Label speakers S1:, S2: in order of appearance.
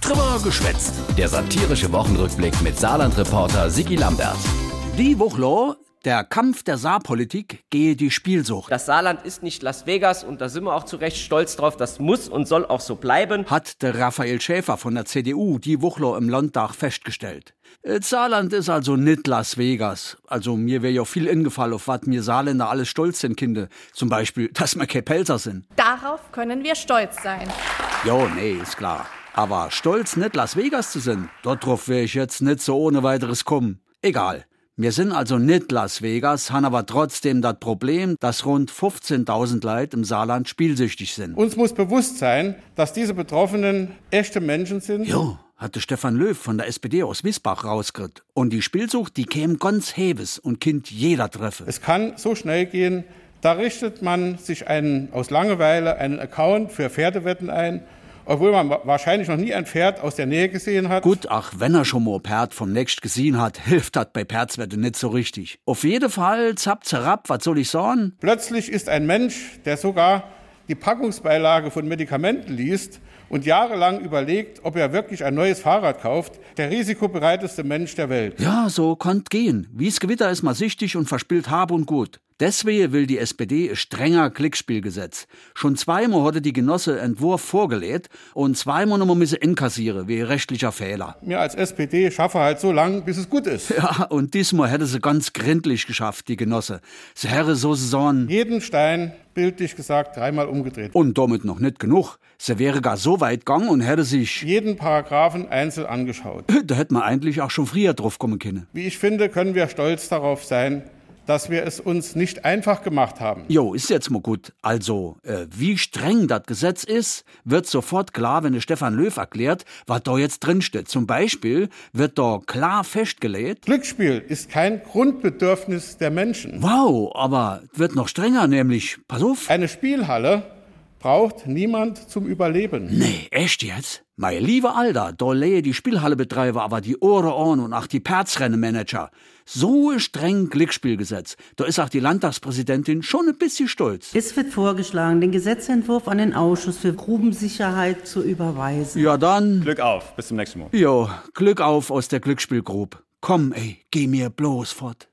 S1: Trimmer geschwätzt. Der satirische Wochenrückblick mit Saarland-Reporter Sigi Lambert.
S2: Die Wuchlo, der Kampf der Saarpolitik gehe die Spielsucht,
S3: Das Saarland ist nicht Las Vegas und da sind wir auch zu Recht stolz drauf. Das muss und soll auch so bleiben.
S2: hat der Raphael Schäfer von der CDU die Wuchlo im Landtag festgestellt. Äh, Saarland ist also nicht Las Vegas. Also mir wäre ja viel ingefallen, auf was mir Saarländer alles stolz sind, Kinder. Zum Beispiel, dass wir Kepelzer sind.
S4: Darauf können wir stolz sein.
S2: Jo, nee, ist klar. Aber stolz, nicht Las Vegas zu sein, dort drauf wär ich jetzt nicht so ohne weiteres kommen. Egal. Wir sind also nicht Las Vegas, han aber trotzdem das Problem, dass rund 15.000 Leute im Saarland spielsüchtig sind.
S5: Uns muss bewusst sein, dass diese Betroffenen echte Menschen sind.
S2: Jo, hatte Stefan Löw von der SPD aus Wiesbach rausgeritt. Und die Spielsucht, die käm ganz hebes und Kind jeder treffe.
S5: Es kann so schnell gehen, da richtet man sich einen, aus Langeweile einen Account für Pferdewetten ein, obwohl man wa- wahrscheinlich noch nie ein Pferd aus der Nähe gesehen hat.
S2: Gut, ach, wenn er schon mal Pert vom Nächst gesehen hat, hilft das bei Pertzwette nicht so richtig. Auf jeden Fall, zapp, zerrapp, was soll ich sagen?
S5: Plötzlich ist ein Mensch, der sogar die Packungsbeilage von Medikamenten liest und jahrelang überlegt, ob er wirklich ein neues Fahrrad kauft, der risikobereiteste Mensch der Welt.
S2: Ja, so konnt gehen. Wie's Gewitter ist mal sichtig und verspielt Hab und Gut. Deswegen will die SPD ein strenger Klickspielgesetz. Schon zweimal hatte die Genosse Entwurf vorgelegt und zweimal nochmal müsse inkassiere, wie rechtlicher Fehler.
S5: Mir als SPD schaffe halt so lang, bis es gut ist.
S2: Ja, Ah, und diesmal hätte sie ganz gründlich geschafft, die Genosse. Sie herre so Saison.
S5: Jeden Stein, bildlich gesagt, dreimal umgedreht.
S2: Und damit noch nicht genug. Sie wäre gar so weit gegangen und hätte sich...
S5: jeden Paragraphen einzeln angeschaut.
S2: Da hätte man eigentlich auch schon früher drauf kommen können.
S5: Wie ich finde, können wir stolz darauf sein, dass wir es uns nicht einfach gemacht haben.
S2: Jo, ist jetzt mal gut. Also, äh, wie streng das Gesetz ist, wird sofort klar, wenn der Stefan Löw erklärt, was da jetzt drinsteht. Zum Beispiel wird da klar festgelegt,
S5: Glücksspiel ist kein Grundbedürfnis der Menschen.
S2: wow, aber wird noch strenger, nämlich, pass auf.
S5: Eine Spielhalle braucht niemand zum Überleben.
S2: Nee, echt jetzt? Mein lieber Alter, da lehe die Spielhallebetreiber aber die Ohren an und auch die Perzrennemanager. So ein streng Glücksspielgesetz. Da ist auch die Landtagspräsidentin schon ein bisschen stolz.
S6: Es wird vorgeschlagen, den Gesetzentwurf an den Ausschuss für Grubensicherheit zu überweisen.
S2: Ja, dann.
S7: Glück auf, bis zum nächsten Mal.
S2: Jo, Glück auf aus der Glücksspielgrub. Komm, ey, geh mir bloß fort.